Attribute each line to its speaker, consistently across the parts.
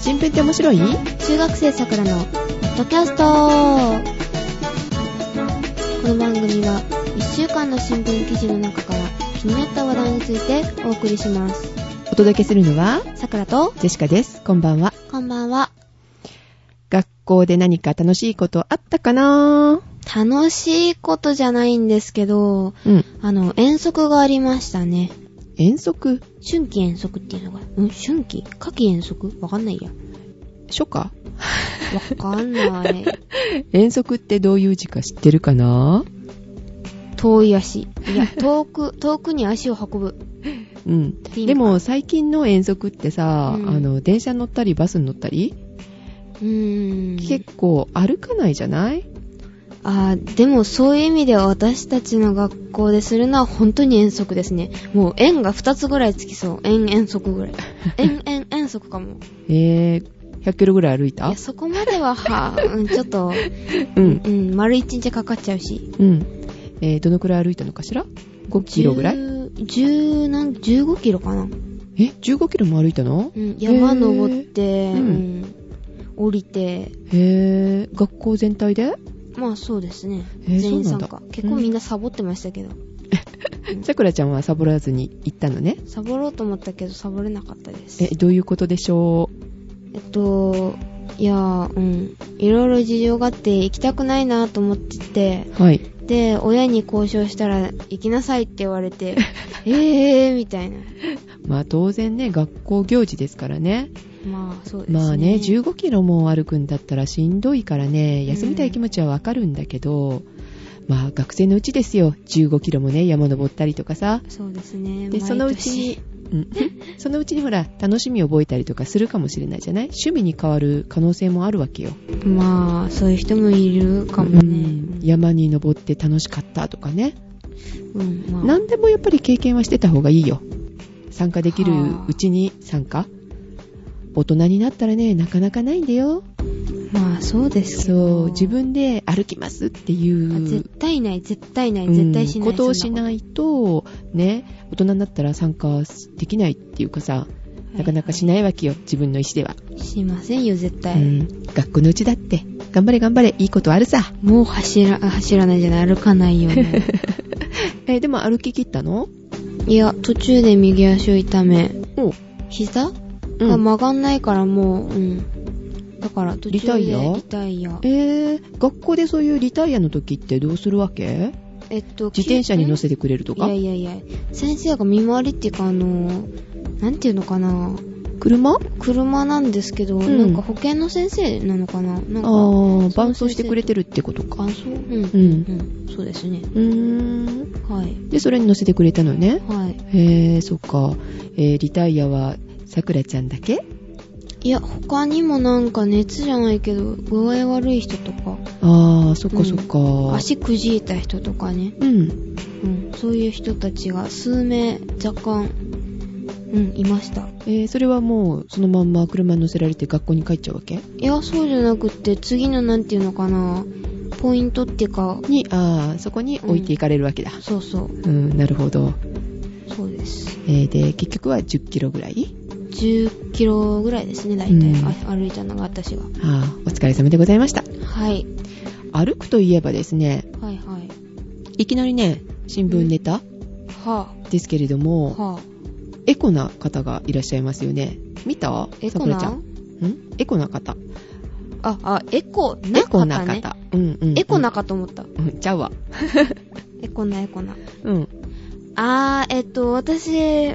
Speaker 1: 新編って面白い
Speaker 2: 中学生さくらのポッドキャストこの番組は1週間の新聞記事の中から気になった話題についてお送りします
Speaker 1: お届けするのは、
Speaker 2: さくらと
Speaker 1: ジェシカです。こんばんは。
Speaker 2: こんばんは
Speaker 1: 学校で何か楽しいことあったかな
Speaker 2: 楽しいことじゃないんですけど
Speaker 1: うん。
Speaker 2: あの遠足がありましたね
Speaker 1: 遠足
Speaker 2: 春季遠足っていうのがうん春季夏季遠足わかんないや
Speaker 1: 初夏
Speaker 2: わかんない
Speaker 1: 遠足ってどういう字か知ってるかな
Speaker 2: 遠い足いや遠く遠くに足を運ぶ
Speaker 1: うん。
Speaker 2: って意味
Speaker 1: でも最近の遠足ってさ、
Speaker 2: うん
Speaker 1: あの、電車乗ったりバスに乗ったり、
Speaker 2: うーん
Speaker 1: 結構歩かないじゃない
Speaker 2: あーでもそういう意味では私たちの学校でするのは本当に遠足ですねもう円が2つぐらいつきそう円遠足ぐらい 円円遠足かも
Speaker 1: えー、100キロぐらい歩い
Speaker 2: い
Speaker 1: た
Speaker 2: やそこまではは、うん、ちょっと、
Speaker 1: うん。
Speaker 2: うん、丸1日かかっちゃうし
Speaker 1: うん。えー、どのくらい歩いたのかしら ?5 キロぐらい
Speaker 2: 10 10なん15キロかな、う
Speaker 1: え、15キロも歩いたの
Speaker 2: ん、山登っ
Speaker 1: ー
Speaker 2: て、う
Speaker 1: うんん
Speaker 2: 降りて
Speaker 1: へえ、学校全体で
Speaker 2: まあそうですね、
Speaker 1: えー
Speaker 2: 全員参
Speaker 1: そう
Speaker 2: 加
Speaker 1: なんだ
Speaker 2: 結構みんなサボってましたけど、
Speaker 1: さくらちゃんはサボらずに行ったのね。
Speaker 2: サボろうと思ったけどサボれなかったです
Speaker 1: え、どういうことでしょ
Speaker 2: えっと、いやー、うん。いろいろ事情があって行きたくないなと思ってて、
Speaker 1: うはい。
Speaker 2: で、親に交渉したら行きなさいって言わ れて、えーみたいな。
Speaker 1: まあ当然ね、学校行事ですからね。
Speaker 2: まあ、そうですね。
Speaker 1: まあね、15キロも歩くんだったらしんどいからね、
Speaker 2: ん
Speaker 1: 休みたい気持ちはわかるんだけど、まあ学生のうちですよ、15キロもね、山登ったりとかさ。
Speaker 2: そうですね。
Speaker 1: で、
Speaker 2: 毎年
Speaker 1: そのうちに、うん、そのうちにほら、楽しみ覚えたりとかするかもしれないじゃない趣味に変わる可能性もあるわけよ。
Speaker 2: まあ、そういう人もいるかもね。う
Speaker 1: うん
Speaker 2: ん。
Speaker 1: 山に登って楽しかったとかね。
Speaker 2: うんまあ、
Speaker 1: 何でもやっぱり経験はしてた方がいいよ参加できる
Speaker 2: はあ
Speaker 1: うちに参加大人になったらねなかなかないんだよ
Speaker 2: まあ、そうですけど。
Speaker 1: そう自分で歩きますってい
Speaker 2: あ
Speaker 1: う
Speaker 2: 絶対ない、絶対ない、絶対しない。
Speaker 1: うんことをし
Speaker 2: い。
Speaker 1: ないとね大人になったら参加できないっていうかさなかなかしないわけよ自分の意思では、
Speaker 2: しませんよ、絶対。
Speaker 1: うん、学校のうちだって頑張れ頑張れいいことあるさ、
Speaker 2: もう走ら、あ走らないじゃない、歩かないよ、もう。
Speaker 1: えでも歩き切ったの
Speaker 2: いや、途中で右足を痛め、
Speaker 1: おう、
Speaker 2: 膝
Speaker 1: うん
Speaker 2: が曲がんないからもう、うん。だから途中で
Speaker 1: リタイア
Speaker 2: リタイア
Speaker 1: えー、学校でそういうリタイアの時ってどうするわけ
Speaker 2: えっと、
Speaker 1: 自転車に乗
Speaker 2: る
Speaker 1: せてくれると
Speaker 2: い
Speaker 1: か
Speaker 2: やいやいや、先生が見回りっていうか、あの、なんていうのかな、
Speaker 1: 車あ
Speaker 2: 車なんですけど、
Speaker 1: ん
Speaker 2: なんか保健の先生なのかななん
Speaker 1: あ
Speaker 2: か、
Speaker 1: ー伴走してくれてるってことか
Speaker 2: 感想うん、
Speaker 1: う
Speaker 2: うんん、そうですね。
Speaker 1: うーん
Speaker 2: はい。
Speaker 1: でそれに乗せてくれたのね
Speaker 2: はい。
Speaker 1: へえそっか、えーリタイアはさくらちゃんだけ
Speaker 2: いや、他にもなんか熱じゃないけど、具合悪い人とか、
Speaker 1: ああそっ
Speaker 2: うん
Speaker 1: かそっか、
Speaker 2: 足くじいた人とかね、
Speaker 1: うん、
Speaker 2: うん、そういう人たちが数名若干、うん、いました。
Speaker 1: えーそれはもうそのまんま車に乗せられて学校に帰っちゃうわけ
Speaker 2: いや、そうじゃなくって、次のなんていうのかな、ポイントっていうか、
Speaker 1: にああそこに置いていかれるわけだ
Speaker 2: そうそう、
Speaker 1: うん、なるほど、
Speaker 2: そうです。
Speaker 1: えーで結局は1 0キロぐらい
Speaker 2: 10キロぐらいですね、大体、
Speaker 1: うん
Speaker 2: あ歩いたのが私が。
Speaker 1: ああお疲れ様でございました
Speaker 2: はい、
Speaker 1: 歩くといえばですね
Speaker 2: はいはい。
Speaker 1: いきなりね新聞ネタ
Speaker 2: は
Speaker 1: ですけれど
Speaker 2: あ、
Speaker 1: も、
Speaker 2: はあ、
Speaker 1: エコな方がいらっしゃいますよね。見た
Speaker 2: エ
Speaker 1: さ
Speaker 2: コ
Speaker 1: くら
Speaker 2: な
Speaker 1: ちゃん。んエコな方。
Speaker 2: あ、あ、エコ
Speaker 1: エ
Speaker 2: な
Speaker 1: コ
Speaker 2: 方
Speaker 1: な
Speaker 2: ね。
Speaker 1: 方。うんうん、うん。
Speaker 2: エコなかと思った。
Speaker 1: うん、ちゃうわ。
Speaker 2: エコな、エコな。
Speaker 1: うん。
Speaker 2: あー、えっと、私、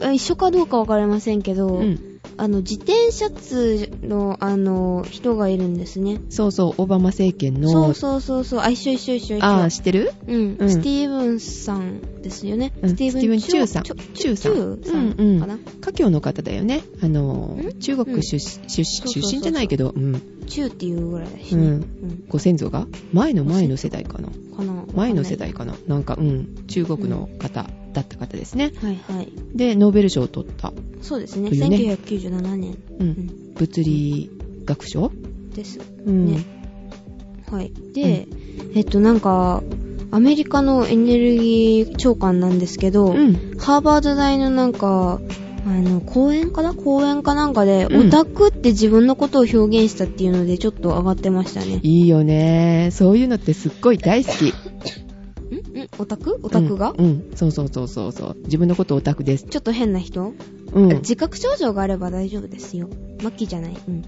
Speaker 2: あ一緒かどうかわかりませんけど、
Speaker 1: うん。
Speaker 2: あの、自転車通の、あの、人がいるんですね。
Speaker 1: そうそう、オバマ政権の。
Speaker 2: そうそうそうそう、あ、一緒一緒一緒一緒。
Speaker 1: ああ、知ってる
Speaker 2: うん、
Speaker 1: うん
Speaker 2: スティーブンさんですよね。
Speaker 1: うん
Speaker 2: スティー
Speaker 1: スティー
Speaker 2: ブ
Speaker 1: ブ
Speaker 2: ン
Speaker 1: ンチューさん
Speaker 2: チュ
Speaker 1: チュー
Speaker 2: チ
Speaker 1: さん
Speaker 2: ューさん
Speaker 1: うんうん
Speaker 2: かな、
Speaker 1: 華僑の方だよね。あのー、
Speaker 2: ん
Speaker 1: 中
Speaker 2: うん
Speaker 1: 国出,、出
Speaker 2: そうそうそう
Speaker 1: 出身じゃないけど、うん。
Speaker 2: チューっていうぐらいだしね。
Speaker 1: う
Speaker 2: うん。
Speaker 1: ご先祖が前の前の世代かな。
Speaker 2: かな。
Speaker 1: 前の世代かな。なんか、うん。中国の方だった方ですね。
Speaker 2: わかんない。はいはい。
Speaker 1: で、ノーベル賞を取った。
Speaker 2: そうですね。
Speaker 1: というね
Speaker 2: 1997年
Speaker 1: う。
Speaker 2: うんん
Speaker 1: 物理学賞
Speaker 2: です。
Speaker 1: うん。
Speaker 2: ねはい。で、えっと、なんか、アメリカのエネルギー長官なんですけど、
Speaker 1: うん。
Speaker 2: ハーバード大のなんか、あの、公演かな公演かなんかで、
Speaker 1: うん
Speaker 2: オタクって自分のことを表現したっていうので、ちょっと上がってましたね。
Speaker 1: いいよね。そういうのってすっごい大好き。
Speaker 2: んんオタク オタクが、
Speaker 1: うん、うんそうそうそうそうそう。自分のことオタクです。
Speaker 2: ちょっと変な人、
Speaker 1: うん。
Speaker 2: 自覚症状があれば大丈夫ですよ。マッキーじゃない。うん。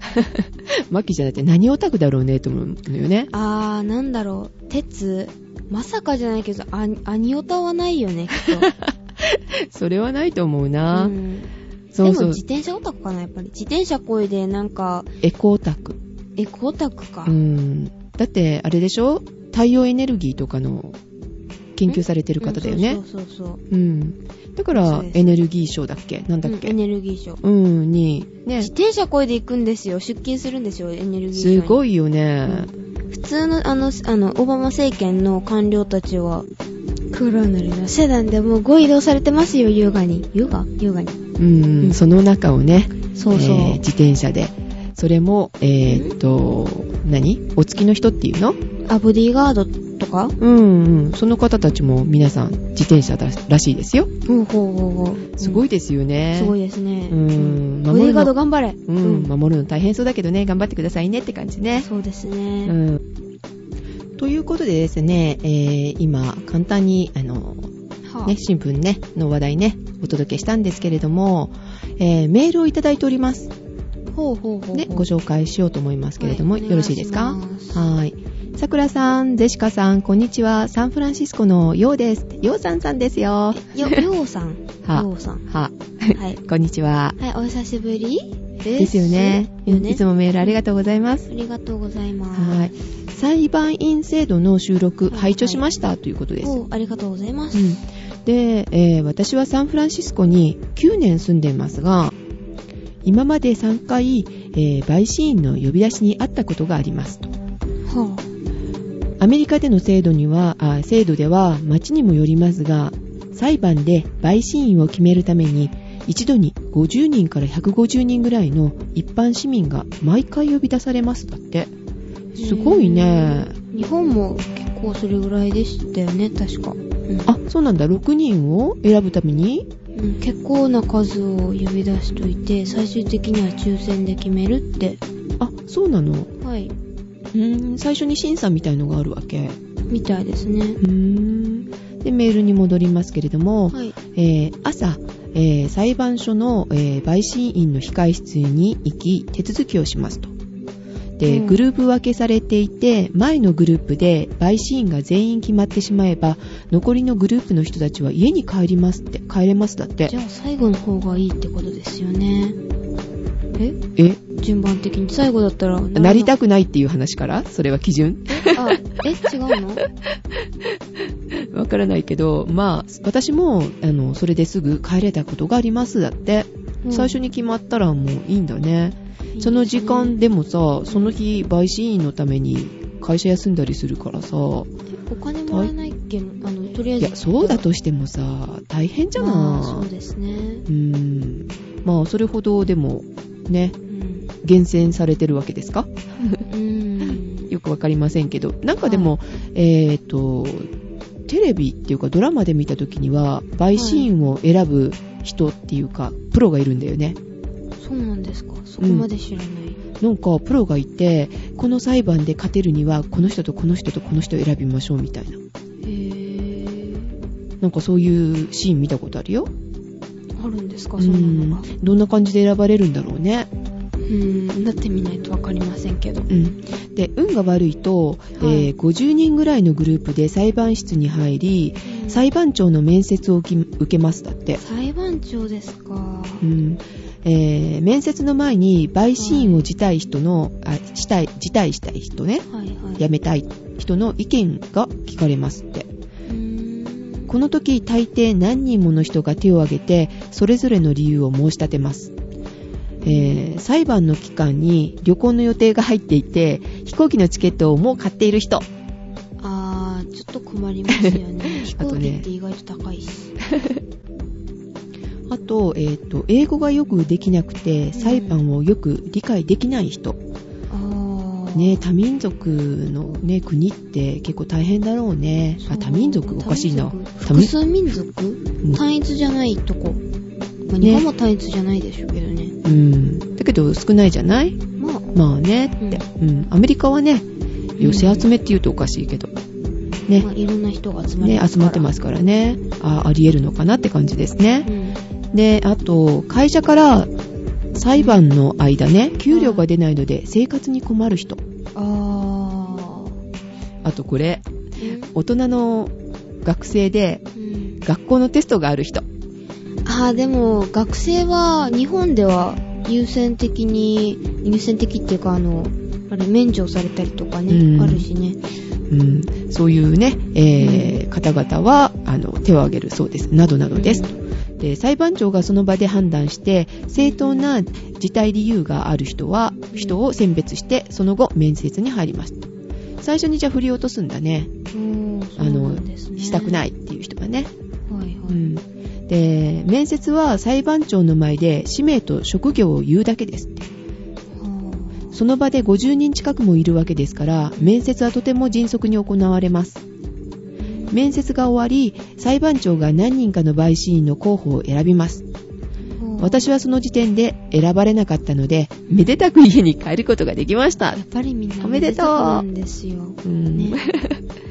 Speaker 1: マキじゃなくて何オタクだろうねと思うのよね。
Speaker 2: あー、なんだろう。鉄まさかじゃないけど、アニアニオタはないよね、きっ と。
Speaker 1: それはないと思うな。
Speaker 2: うん、
Speaker 1: そう
Speaker 2: で
Speaker 1: そ
Speaker 2: も
Speaker 1: う
Speaker 2: 自。転車オタクかな、やっぱり。自転車こいで、なんか、
Speaker 1: エコオタク。
Speaker 2: エコオタクか。
Speaker 1: うん。だって、あれでしょ太陽エネルギーとかの研究されてる方だよ
Speaker 2: う
Speaker 1: ね
Speaker 2: ん。そうそうそうそう。
Speaker 1: うん。だか
Speaker 2: そ
Speaker 1: ら
Speaker 2: うで、す
Speaker 1: エネルギーショーだっけなんだっ
Speaker 2: うんエ
Speaker 1: け
Speaker 2: ネルギーショー。
Speaker 1: うん、に、ね
Speaker 2: 自。転車こいで行くんですよ。出勤するんですよ、エネルギーショー
Speaker 1: す
Speaker 2: に。
Speaker 1: ごいよね。
Speaker 2: 普通のあのあのオバマ政権の官僚たちはクーロ塗りのセダンでもうご移動されてますよ優雅に優雅優雅に
Speaker 1: うん、
Speaker 2: うん
Speaker 1: その中をね、
Speaker 2: そうそう、
Speaker 1: えー自転車で。それも、えーっと、何お付きの人っていうの
Speaker 2: アボディーガードとか
Speaker 1: うんうん。その方たちも皆さん自転車だらしいですよ。
Speaker 2: ほうほうほうほう
Speaker 1: すご
Speaker 2: い、
Speaker 1: いですよ
Speaker 2: うん
Speaker 1: ね。
Speaker 2: すごいですね
Speaker 1: うん
Speaker 2: アボディーガード
Speaker 1: が、
Speaker 2: 頑張れ
Speaker 1: うん、守るの大変そうだけどね、頑張ってくださいねって感じね。
Speaker 2: そうです
Speaker 1: う
Speaker 2: ね、
Speaker 1: ん。ということでですね、えー今、簡単に、あの、
Speaker 2: はあ
Speaker 1: ね、新聞ね、の話題ね、お届けしたんですけれども、えーメールをいただいております。
Speaker 2: ほうほうほう
Speaker 1: で、ご紹介しようと思いますけれども、
Speaker 2: はい
Speaker 1: よろしいですか
Speaker 2: お願いします
Speaker 1: はい。さくらさん、ゼシカさん、こんにちは。サンフランシスコのようです。ようさんさんですよ。
Speaker 2: よようさん
Speaker 1: は
Speaker 2: ようさん
Speaker 1: は、
Speaker 2: はい
Speaker 1: こんにちは。
Speaker 2: はいお久しぶりです
Speaker 1: ですよね。う
Speaker 2: よ
Speaker 1: んいつもメールありがとうございます。
Speaker 2: ありがとうございます
Speaker 1: はい。裁判員制度の収録、
Speaker 2: はい
Speaker 1: 拝聴しましたということです。
Speaker 2: おありがとうございます、
Speaker 1: うんで、えー私はサンフランシスコに9年住んでいますが、今まで3回、えー陪審員の呼び出しにあったことがありますと。
Speaker 2: はあ
Speaker 1: アメリカでの制度には、あ制度では町にもよりますが、裁判で陪審員を決めるために、一度に50人から150人ぐらいの一般市民が毎回呼び出されます。だって。すごいね。
Speaker 2: 日本も結構それぐらいでしたよね確か、うん
Speaker 1: あ、そうなんだ。6人を選ぶために
Speaker 2: うん結構な数を呼び出しといて最終的には抽選で決めるって
Speaker 1: あ、そうなの。
Speaker 2: はい
Speaker 1: うん、最初に審査みたいのがあるわけ。
Speaker 2: みたいですね
Speaker 1: うん。で、メールに戻りますけれども、
Speaker 2: はい
Speaker 1: えー朝、えー裁判所の、えー陪審員の控室に行き、手続きをしますと。で、
Speaker 2: うん
Speaker 1: グループ分けされていて、前のグループで陪審員が全員決まってしまえば、残りのグループの人たちは家に帰りますって、帰れますだって
Speaker 2: じ。ゃあ最後の方がいいってことですよねえ
Speaker 1: え、
Speaker 2: 順番的に最後だったらな
Speaker 1: なりたくないっていう話からそれは基準
Speaker 2: あえ違うの
Speaker 1: わからないけど、まあ、私も、あの、それですぐ帰れたことがあります。だって、
Speaker 2: うん
Speaker 1: 最初に決まったらもういいんだね。その時間でもさ、その日、陪審員のために会社休んだりするからさ、
Speaker 2: お金もらえないっけあのとりあえ
Speaker 1: い
Speaker 2: ず
Speaker 1: や、そうだとしてもさ、大変じゃない。
Speaker 2: まあそうですね
Speaker 1: うーん。まあ、それほどでも、ね、
Speaker 2: うん
Speaker 1: 厳選されてるわけですか
Speaker 2: うん
Speaker 1: よくわかりませんけど、なんかでも、えっ、と、テレビっていうかドラマで見た時には、陪審員を選ぶ人っていうか、プロがいるんだよね。
Speaker 2: そうなんですかそこまで知らない、
Speaker 1: なんか、プロがいて、この裁判で勝てるには、この人とこの人とこの人を選びましょうみたいな。
Speaker 2: へー
Speaker 1: なんかそういうシーン見たことあるよ。
Speaker 2: あるんですか
Speaker 1: う
Speaker 2: そんなのが
Speaker 1: ん。どんな感じで選ばれるんだろうね。
Speaker 2: うんなってみないとわかりませんけど
Speaker 1: うん。で、運が悪いと、
Speaker 2: はい
Speaker 1: えー50人ぐらいのグループで裁判室に入り、裁判長の面接を受け受けますだって。
Speaker 2: 裁判長ですか
Speaker 1: うんえー面接の前に陪審員を辞退人の、あしたい辞退したい人ね
Speaker 2: はいはい
Speaker 1: 辞めたい人の意見が聞かれますって
Speaker 2: うん
Speaker 1: この時大抵何人もの人が手を挙げてそれぞれの理由を申し立てます、えー裁判の期間に旅行の予定が入っていて飛行機のチケットをもう買っている人
Speaker 2: あーちょっと困りますよね飛
Speaker 1: あと
Speaker 2: 行機
Speaker 1: ね
Speaker 2: って意外と高いし、
Speaker 1: あと,、えーと英語がよくできなくて裁判をよく理解できない人、
Speaker 2: あー
Speaker 1: ね、多民族の、ね、国って結構大変だろうね。
Speaker 2: そう
Speaker 1: あ多民族おかしいな
Speaker 2: 多民。
Speaker 1: 多
Speaker 2: 複
Speaker 1: 民族
Speaker 2: 数民族
Speaker 1: ん
Speaker 2: 単一じゃないとこまあ、日本も単一じゃないでしょうけどね。
Speaker 1: うん。だけど少ないじゃない
Speaker 2: まあ、
Speaker 1: まあねって、うん。アメリカはね、寄せ集めって言うとおかしいけど。ね
Speaker 2: まあ、。いろんな人が集まって
Speaker 1: ね、集まってますすからね。あ、あり得るのかなって感じですね
Speaker 2: う。ん。
Speaker 1: で、あと、会社から裁判の間ね、給料が出ないので生活に困る人。
Speaker 2: あ
Speaker 1: あとこれ、
Speaker 2: ー。
Speaker 1: 大人の学生で
Speaker 2: うん
Speaker 1: 学校のテストがある人。
Speaker 2: あーでも学生は日本では優先的に優先的っていうかあのあれ免除されたりとかね、
Speaker 1: うん
Speaker 2: あるしね
Speaker 1: うん、そういうね、えー方々はあの手を挙げるそうです。などなどです。で裁判長がその場で判断して正当な辞退理由がある人は人を選別してその後面接に入ります最初にじゃあ振り落とすんだね
Speaker 2: うん、
Speaker 1: あのしたくないいっていう人がね、
Speaker 2: はいはい
Speaker 1: うん、で面接は裁判長の前で氏名と職業を言うだけですって
Speaker 2: は
Speaker 1: その場で50人近くもいるわけですから面接はとても迅速に行われます
Speaker 2: あ
Speaker 1: 面接が終わり裁判長が何人かの陪審員の候補を選びます私はその時点で選ばれなかったのでめでたく家に帰ることができました
Speaker 2: やっ、ぱりみんな
Speaker 1: おめでとう
Speaker 2: おめでたくなんですよ、
Speaker 1: うん
Speaker 2: ね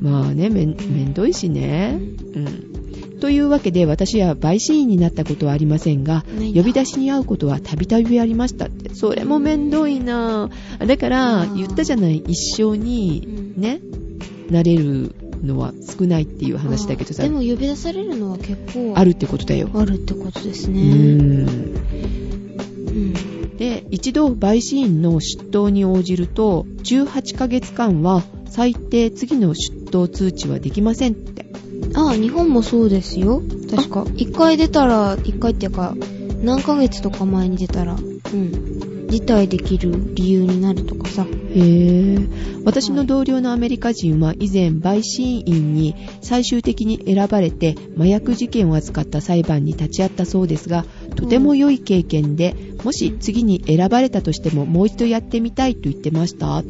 Speaker 1: まあねめんめんどいしね、うん、というわけで私は陪審員になったことはありませんが
Speaker 2: ないな
Speaker 1: 呼び出しに会うことはたびたびありましたってそれもめんどいなぁだから
Speaker 2: うん
Speaker 1: 言ったじゃない一生
Speaker 2: う
Speaker 1: に
Speaker 2: ん
Speaker 1: ねなれるのは少ないっていう話だけどさ
Speaker 2: あーでも呼び出されるのは結構
Speaker 1: あるってことだよ、
Speaker 2: あるってことです
Speaker 1: う
Speaker 2: ね
Speaker 1: ん
Speaker 2: うん
Speaker 1: で一度陪審員の出頭に応じると18ヶ月間は最低次の出頭通知はできませんって
Speaker 2: ああ、日本もそうですよ。確か。一回出たら、一回っていうか、何ヶ月とか前に出たら、うん。辞退できる理由になるとかさ。
Speaker 1: へえ私の同僚のアメリカ人は以前陪審員に最終的に選ばれて麻薬事件を扱った裁判に立ち会ったそうですがとても良い経験でもし次に選ばれたとしてももう一度やってみたいと言ってました
Speaker 2: へ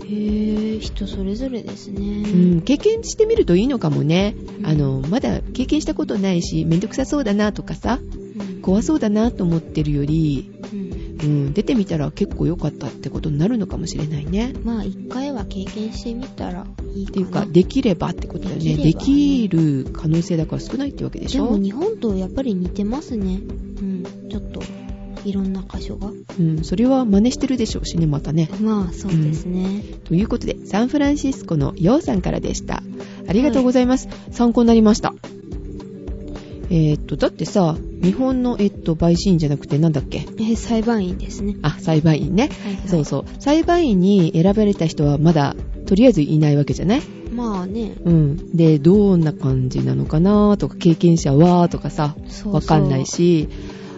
Speaker 2: え、人それぞれですね。
Speaker 1: うん、経験してみるといいのかもね、
Speaker 2: うん
Speaker 1: あのまだ経験したことないしめんどくさそうだなとかさ
Speaker 2: うん。
Speaker 1: 怖そうだなと思ってるより、
Speaker 2: うん
Speaker 1: うん、出てみたら結構良かったってことになるのかもしれないね。
Speaker 2: まあ、一回は経験してみたらいい
Speaker 1: っ
Speaker 2: か
Speaker 1: てい
Speaker 2: な。
Speaker 1: うか、できればってことだよね。で
Speaker 2: で
Speaker 1: き
Speaker 2: き
Speaker 1: る可能性だから少ないってわけでし
Speaker 2: で
Speaker 1: ょ
Speaker 2: も日本とやっぱり似てますね。うん。ちょっと、いろんな箇所が。
Speaker 1: うん、それは真似してるでしょうしね、またね。
Speaker 2: まあ、そうですね。
Speaker 1: ということで、サンフランシスコのヨウさんからでした。ありがとうございます。参考になりました。えー、っと、だってさ、日本の、えっと、陪審員じゃなくてなんだっけ
Speaker 2: え、裁判員ですね。
Speaker 1: あ、裁判員ね。
Speaker 2: はいはい
Speaker 1: そうそう。裁判員に選ばれた人はまだ、とりあえずいないわけじゃない
Speaker 2: まあね。
Speaker 1: うん。で、どんな感じなのかなとか、経験者はとかさ、
Speaker 2: そうそう
Speaker 1: わかんない。し、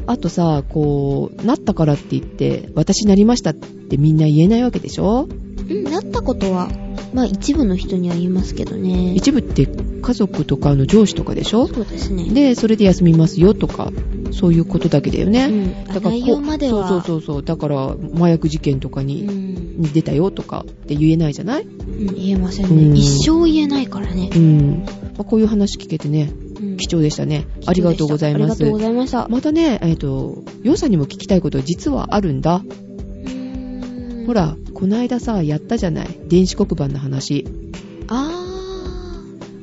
Speaker 1: あとさ、こう、なったからって言って、私なりましたってみんな言えないわけでしょ
Speaker 2: うん、なったことは、まあ一部の人には言いますけどね。
Speaker 1: 一部って家族とかの上司とかでしょ
Speaker 2: そうですね。
Speaker 1: で、それで休みますよとか、そういうことだけだよ
Speaker 2: う
Speaker 1: ね。
Speaker 2: ん、
Speaker 1: だからこう
Speaker 2: 内容までは。
Speaker 1: そうそうそうそう。だから、麻薬事件とかに、
Speaker 2: うん、
Speaker 1: に出たよとかって言えないじゃない
Speaker 2: うん言えません
Speaker 1: うん
Speaker 2: ね。一生言えないからね
Speaker 1: う。ん。まあ、こういう話聞けてね、
Speaker 2: うん
Speaker 1: 貴重でしたね。ありがとうござい
Speaker 2: あり
Speaker 1: ま
Speaker 2: がと
Speaker 1: す
Speaker 2: うご。ざいました。
Speaker 1: またね、えっ、と、ヨウさんにも聞きたいこと実はあるんだ。
Speaker 2: うん
Speaker 1: ほ。ら、こないださ、やったじゃない。電子黒板の話。
Speaker 2: あ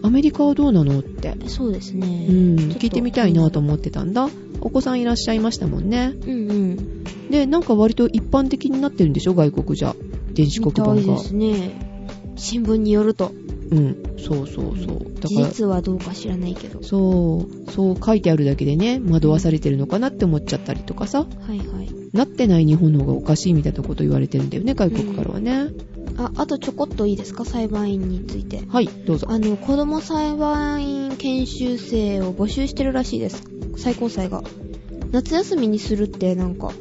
Speaker 1: アメリカはどうなのって。
Speaker 2: ー、そうです
Speaker 1: う
Speaker 2: ね。
Speaker 1: ん、
Speaker 2: ちょっと
Speaker 1: 聞いてみたいなと思ってたんだ。お子さんいらっしゃいましたもんね。
Speaker 2: うんうん。
Speaker 1: で、なんか割と一般的になってるんでしょ外国じゃ。電子黒
Speaker 2: み
Speaker 1: 板
Speaker 2: た
Speaker 1: が。
Speaker 2: いですね。新聞によると。
Speaker 1: うん、そうそうそう。だ
Speaker 2: 事
Speaker 1: から、
Speaker 2: 実はどうか知らないけど。
Speaker 1: そう、そう書いてあるだけでね、惑わされてるのかなって思っちゃったりとかさ、
Speaker 2: はいはい。
Speaker 1: なってない日本の方がおかしいみたいなこと言われてるんだよね、外国からはね。
Speaker 2: あ、あとちょこっといいですか裁判員について。
Speaker 1: はい、どうぞ。
Speaker 2: あの、子供裁判員研修生を募集してるらしいです。最高裁が。夏休みにするって、なんか、そ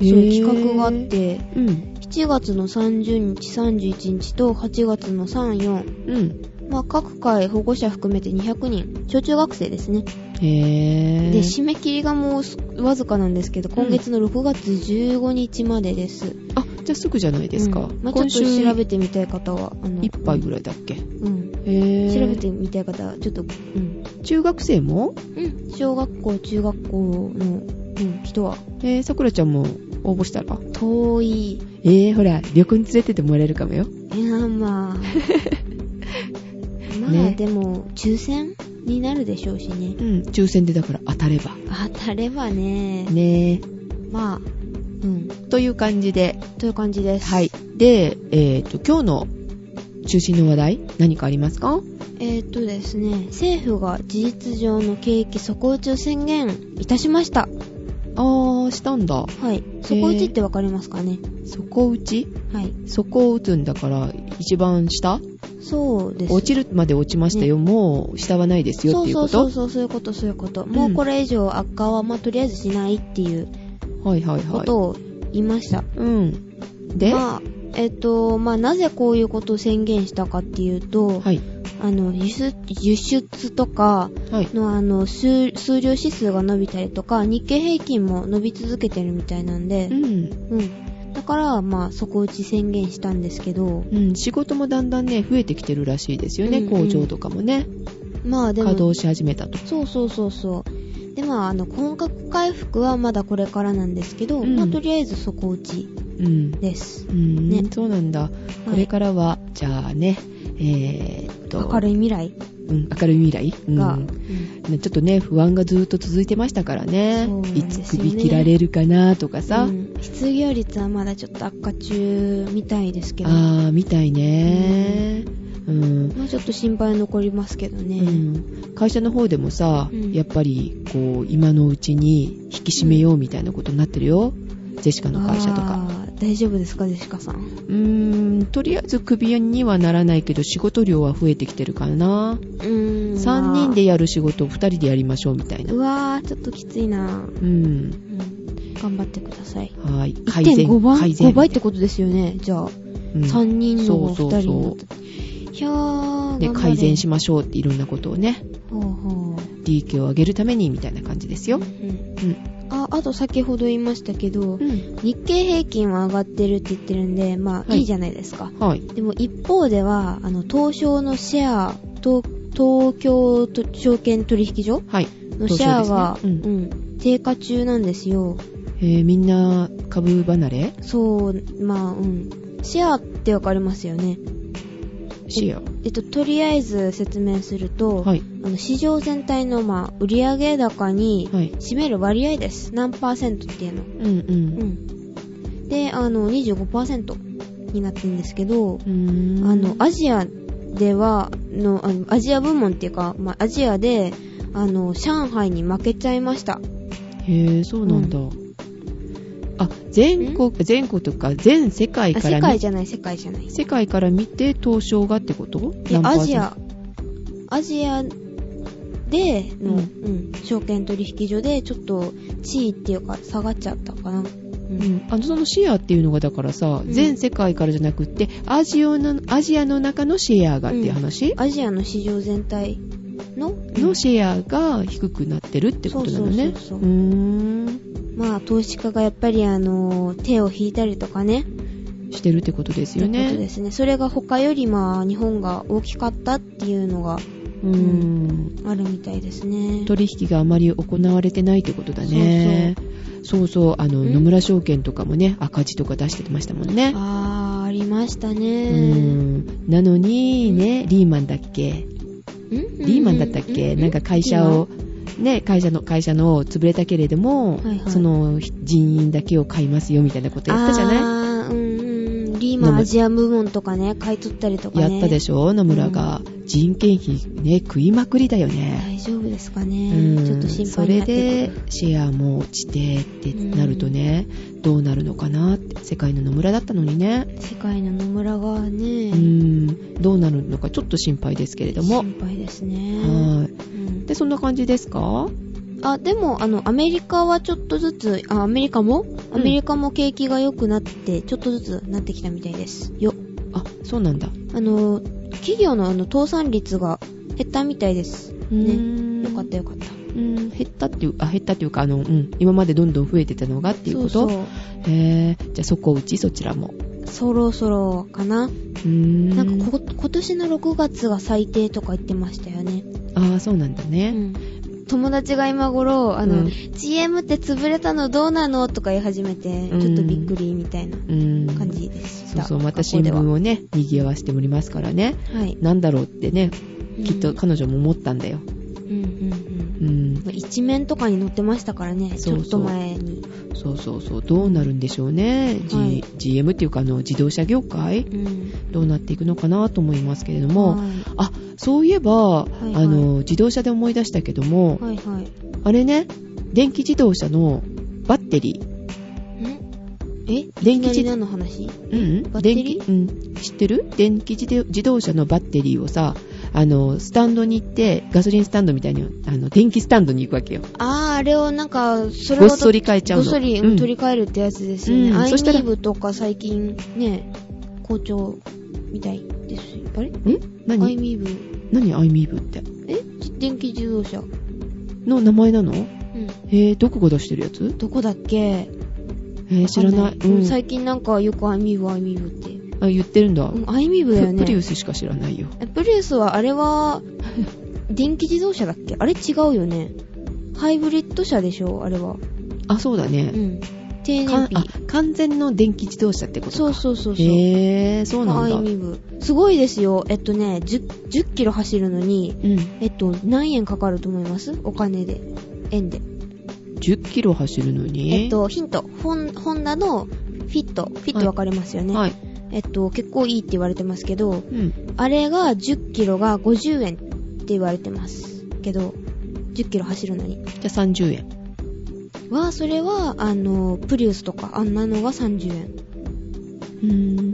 Speaker 2: ういう企画があっ
Speaker 1: へ
Speaker 2: て、
Speaker 1: ー。うん、
Speaker 2: 7月の30日、31日と8月の3、4。
Speaker 1: うん。
Speaker 2: まあ、各回保護者含めて200人。小中学生ですね。
Speaker 1: へぇ
Speaker 2: で、締め切りがもうすわずかなんですけど、今月の6月15日までです。
Speaker 1: あ、じゃあすぐじゃないですか。
Speaker 2: うんまあ、ちょっと調べてみたい方は、あの、
Speaker 1: 一杯ぐらいだっけ。へ
Speaker 2: うん。
Speaker 1: ぇ
Speaker 2: 調べてみたい方は、ちょっと、うん。
Speaker 1: 中学生も
Speaker 2: うん、小学校、中学校の人は。
Speaker 1: えー、さくらちゃんも応募したら
Speaker 2: 遠い。
Speaker 1: えー、ほら、旅行に連れてってもらえるかもよ。
Speaker 2: いや、まあ。まあ、
Speaker 1: ね
Speaker 2: でも、抽選になるでしょうしね。
Speaker 1: うん、抽選でだから当たれば。
Speaker 2: 当たればね、
Speaker 1: ね
Speaker 2: まあ、うん、
Speaker 1: という感じで、
Speaker 2: という感じです。
Speaker 1: はい。。で、えっ、と、今日の中心の話題、何かありますか
Speaker 2: えー、っとですね、政府が事実上の景気底打ちを宣言いたしました。
Speaker 1: あー、したんだ。
Speaker 2: はい。底打ちってわかりますかね
Speaker 1: 底打ち
Speaker 2: はい。
Speaker 1: 底を打つんだから、一番下
Speaker 2: そうです。
Speaker 1: 落ちるまで落ちましたよ、もう下はないですよ
Speaker 2: そ
Speaker 1: っ
Speaker 2: う
Speaker 1: ていう
Speaker 2: そ
Speaker 1: こ
Speaker 2: うそ
Speaker 1: と
Speaker 2: うそう、そういうこと、そういうこと。もうこれ以上悪化は、まあ、とりあえずしないっていう
Speaker 1: はいはい
Speaker 2: こ
Speaker 1: はい。
Speaker 2: とを言いました。
Speaker 1: うん。で、
Speaker 2: まあ、えっと、まあ、なぜこういうことを宣言したかっていうと、
Speaker 1: はい。
Speaker 2: あの、輸出、輸出とか
Speaker 1: はい。
Speaker 2: の、あの、数、数量指数が伸びたりとか、日経平均も伸び続けてるみたいなんで
Speaker 1: う、ん。
Speaker 2: うん。だから、まあ、底打ち宣言したんですけど、
Speaker 1: うん、仕事もだんだんね、増えてきてるらしいですよね、
Speaker 2: うんう
Speaker 1: 工
Speaker 2: ん
Speaker 1: 場とかもね。
Speaker 2: まあ、
Speaker 1: 稼
Speaker 2: でも、
Speaker 1: 働し始めたと。
Speaker 2: そうそうそうそう。で、まあ、あの、本格回復はまだこれからなんですけど、
Speaker 1: うん
Speaker 2: まあ、とりあえず底打ち
Speaker 1: うん。
Speaker 2: です。
Speaker 1: うん、
Speaker 2: ね
Speaker 1: そうなんだ。これからは、じゃあね、えーっと、
Speaker 2: 明るい未来
Speaker 1: うん、明るい未来、うん
Speaker 2: が、
Speaker 1: ねちょっとね、不安がずっと続いてましたからね。
Speaker 2: そうなん
Speaker 1: い
Speaker 2: ですよね
Speaker 1: つ首切られるかなとかさ。
Speaker 2: うん失業率はまだちょっと悪化中みたいですけど、も
Speaker 1: あー、みたいね。うん。
Speaker 2: うちょっと心配残りますけどね。
Speaker 1: うん会社の方でもさ、
Speaker 2: うん
Speaker 1: やっぱり、こう、今のうちに引き締めようみたいなことになってるよ。ジェシカの会社とか。
Speaker 2: あー大丈夫ですかジェシカさん
Speaker 1: うーん、とりあえず首にはならないけど、仕事量は増えてきてるかな。
Speaker 2: うん
Speaker 1: 3人でやる仕事を2人でやりましょうみたいな
Speaker 2: う。わーちょっときついな、
Speaker 1: うん。
Speaker 2: 頑張ってください
Speaker 1: はい。改善。
Speaker 2: 1.5倍
Speaker 1: 改善。
Speaker 2: 5倍ってことですよねじゃあ、
Speaker 1: うん
Speaker 2: 3人の
Speaker 1: そうそう
Speaker 2: 2
Speaker 1: そう
Speaker 2: 人になったひゃー
Speaker 1: で、
Speaker 2: 頑張れ
Speaker 1: 改善しましょうっていろんなことをね、
Speaker 2: ほうほう
Speaker 1: 利益を上げるためにみたいな感じですよ
Speaker 2: う。ん
Speaker 1: うん。
Speaker 2: ああと先ほど言いましたけど、
Speaker 1: うん。
Speaker 2: 日経平均は上がってるって言ってるんでまあ、
Speaker 1: はい
Speaker 2: いいじゃないですか
Speaker 1: はい。
Speaker 2: でも一方では、あの、東証のシェア、東東京と証券取引所
Speaker 1: はい。
Speaker 2: のシェアが、
Speaker 1: 東証ですね
Speaker 2: うん、低下中なんですよ。
Speaker 1: えー、みんな株離れ
Speaker 2: そう、まあ、うん。シェアってわかりますよね。
Speaker 1: シェ
Speaker 2: えっと、とりあえず説明する
Speaker 1: ア。
Speaker 2: と、
Speaker 1: はい。
Speaker 2: あの市場全体の、まあ、売上高に
Speaker 1: はい。
Speaker 2: 占める割合です。何パーセントっていうの。
Speaker 1: うんう。
Speaker 2: うんん。で、あの、25%になってるんですけど、
Speaker 1: うーん。
Speaker 2: あの、アジアではの、あのアジア部門っていうか、まあ、アジアで、あの、上海に負けちゃいました。
Speaker 1: へえ、そうなんだ。あ、全国、全国とか全世界
Speaker 2: あ
Speaker 1: から
Speaker 2: 世
Speaker 1: 見
Speaker 2: 界じゃない、世界じゃない。い
Speaker 1: 世界から見て東証がってこと
Speaker 2: や、
Speaker 1: 何パー
Speaker 2: ア
Speaker 1: セン
Speaker 2: ジ
Speaker 1: ト
Speaker 2: ア、アジアでの、
Speaker 1: う
Speaker 2: うんん、証券取引所で、ちょっと、地位っていうか、下がっちゃったかな。う。
Speaker 1: うんん、あのそのシェアっていうのがだからさ、
Speaker 2: ん
Speaker 1: 全世界からじゃなくってアジアのアジアの中のシェアがっていう話、
Speaker 2: アジアの市場全体の、
Speaker 1: のシェアが低くなってるってことなのね
Speaker 2: そうそうそうそう
Speaker 1: ーん
Speaker 2: まあ、投資家がやっぱり、あの、手を引いたりとかね、
Speaker 1: してるってことです
Speaker 2: とい
Speaker 1: よ
Speaker 2: うこ
Speaker 1: ね
Speaker 2: とですね。それが他より、まあ、日本が大きかったっていうのが、
Speaker 1: うーん
Speaker 2: あるみたいですね。
Speaker 1: 取引があまり行われてないってことだねそうそうあの
Speaker 2: ん
Speaker 1: 野村証券とかもね赤字とか出してましたもんね
Speaker 2: あー、ありました
Speaker 1: う
Speaker 2: ね。
Speaker 1: んなのにねリーマンだっけリーマンだったっけ、なんか会社を、ね、会社の、会社の潰れたけれども、
Speaker 2: はいはい
Speaker 1: その人員だけを買いますよみたいなこと
Speaker 2: や
Speaker 1: やったじゃない
Speaker 2: あー、うんうん。リーマンアジア部門とかね、買い取ったりとかね。
Speaker 1: やったで
Speaker 2: ょ。
Speaker 1: しょ野村が、人件費ね、食いまくりだよね。
Speaker 2: 大丈夫ですか
Speaker 1: うん
Speaker 2: ね。ちょっと心
Speaker 1: そ
Speaker 2: 配に
Speaker 1: れ
Speaker 2: なって
Speaker 1: で
Speaker 2: くる。
Speaker 1: シェアも落ちてってなるとね、どうなるのかなって世界の野村だったのにね、
Speaker 2: 世界の野村がね、
Speaker 1: うんどうなるのかちょっと心配ですけれども、
Speaker 2: 心配ですね。
Speaker 1: はい
Speaker 2: うん
Speaker 1: でそんな感じですか
Speaker 2: あ、でも、あの、アメリカはちょっとずつ、あ、アメリカもアメリカも景気が良くなって、ちょっとずつなってきたみたいです。よ。
Speaker 1: あそうなんだ、
Speaker 2: あの、企業のあの、倒産率が減ったみたいです。ね。
Speaker 1: ね
Speaker 2: よかったよかった。
Speaker 1: うん、減ったっていう、あ、減ったっていうか、あの、うん、今までどんどん増えてたのがっていうこと
Speaker 2: そうそう
Speaker 1: へーじゃあそこうちそちらも。
Speaker 2: そろそろかな。
Speaker 1: うーん。
Speaker 2: なんかこ、今年の6月が最低とか言ってましたよね。
Speaker 1: ああ、そうなんだ
Speaker 2: う
Speaker 1: ね。
Speaker 2: ん。友達が今頃、あの、
Speaker 1: うん
Speaker 2: GM って潰れたのどうなのとか言い始めて、
Speaker 1: ん
Speaker 2: ちょっとびっくりみたいな
Speaker 1: うん。
Speaker 2: 感じでし
Speaker 1: そ
Speaker 2: た。
Speaker 1: うそう、また
Speaker 2: 学校
Speaker 1: 新
Speaker 2: では
Speaker 1: 聞をね、賑わしておりますからね。
Speaker 2: はい。
Speaker 1: なんだろうってね、きっ
Speaker 2: う
Speaker 1: と
Speaker 2: ん
Speaker 1: 彼女も思ったんだよ。
Speaker 2: うんうんうん
Speaker 1: うん。
Speaker 2: 一面とかに載ってましたからね、
Speaker 1: そうそう
Speaker 2: ちょっと前に。
Speaker 1: そうそうそう、どうなるんでしょうね。G
Speaker 2: はい
Speaker 1: GM っていうか、あの、自動車業界
Speaker 2: うん。
Speaker 1: どうなっていくのかなと思いますけれども、
Speaker 2: はい
Speaker 1: あ、そういえば、
Speaker 2: いはい
Speaker 1: あの、自動車で思い出したけども、
Speaker 2: はいはい。
Speaker 1: あれね、電気自動車のバッテリー。
Speaker 2: んえ
Speaker 1: 電
Speaker 2: 電
Speaker 1: 気自
Speaker 2: 気自動の話
Speaker 1: うん
Speaker 2: バッテ
Speaker 1: 電
Speaker 2: リー
Speaker 1: 気うん、知ってる電気自動自動車のバッテリーをさ、あの、スタンドに行って、ガソリンスタンドみたいに、あの、電気スタンドに行くわけよ。
Speaker 2: あー、あれをなんか、それ
Speaker 1: ご
Speaker 2: を
Speaker 1: っそり変えちゃう
Speaker 2: ご
Speaker 1: の。
Speaker 2: っそり
Speaker 1: うん
Speaker 2: 取り替えるってやつですよね。
Speaker 1: うん
Speaker 2: アイニ
Speaker 1: そしたら
Speaker 2: ーブとか最近ね、好調みたいですよ。あれ
Speaker 1: ん
Speaker 2: アイ
Speaker 1: 何
Speaker 2: ニーブ。
Speaker 1: 何アイミーブって。
Speaker 2: え電気自動車。う
Speaker 1: の名前なの
Speaker 2: ん。
Speaker 1: えー、どこが出してるやつ
Speaker 2: どこだっけ
Speaker 1: えー、知らない。
Speaker 2: わかん
Speaker 1: うん。
Speaker 2: 最近なんかよくアイミーブ、アイミーブって。
Speaker 1: あ、言ってるんだ。
Speaker 2: うん、アイミーブだよ
Speaker 1: プ
Speaker 2: ね。
Speaker 1: プリウスしか知らないよ。
Speaker 2: えプリウスはあ れは電気自動車だっけあれ違うよねハイブリッド車でしょあれは
Speaker 1: あ、そうだ
Speaker 2: う
Speaker 1: ね。
Speaker 2: ん低
Speaker 1: か
Speaker 2: 燃
Speaker 1: あ
Speaker 2: 費、
Speaker 1: 完全の電気自動車ってことか。
Speaker 2: そうそうそうそう、
Speaker 1: へえー、そうなんだ。
Speaker 2: アイミブすごいですよえっとね 10, 10キロ走るのに
Speaker 1: うん。
Speaker 2: えっと何円かかると思いますお金で円で
Speaker 1: 10キロ走るのに。
Speaker 2: えっ、とヒントホンホンダのフィットフィット分かりますよね、
Speaker 1: はい。
Speaker 2: えっと結構いいって言われてますけど
Speaker 1: うん。
Speaker 2: あれが10キロが50円って言われてますけど10キロ走るのに
Speaker 1: じゃあ30円。
Speaker 2: は、それは、あの、プリウスとか、あんなのが30円。
Speaker 1: う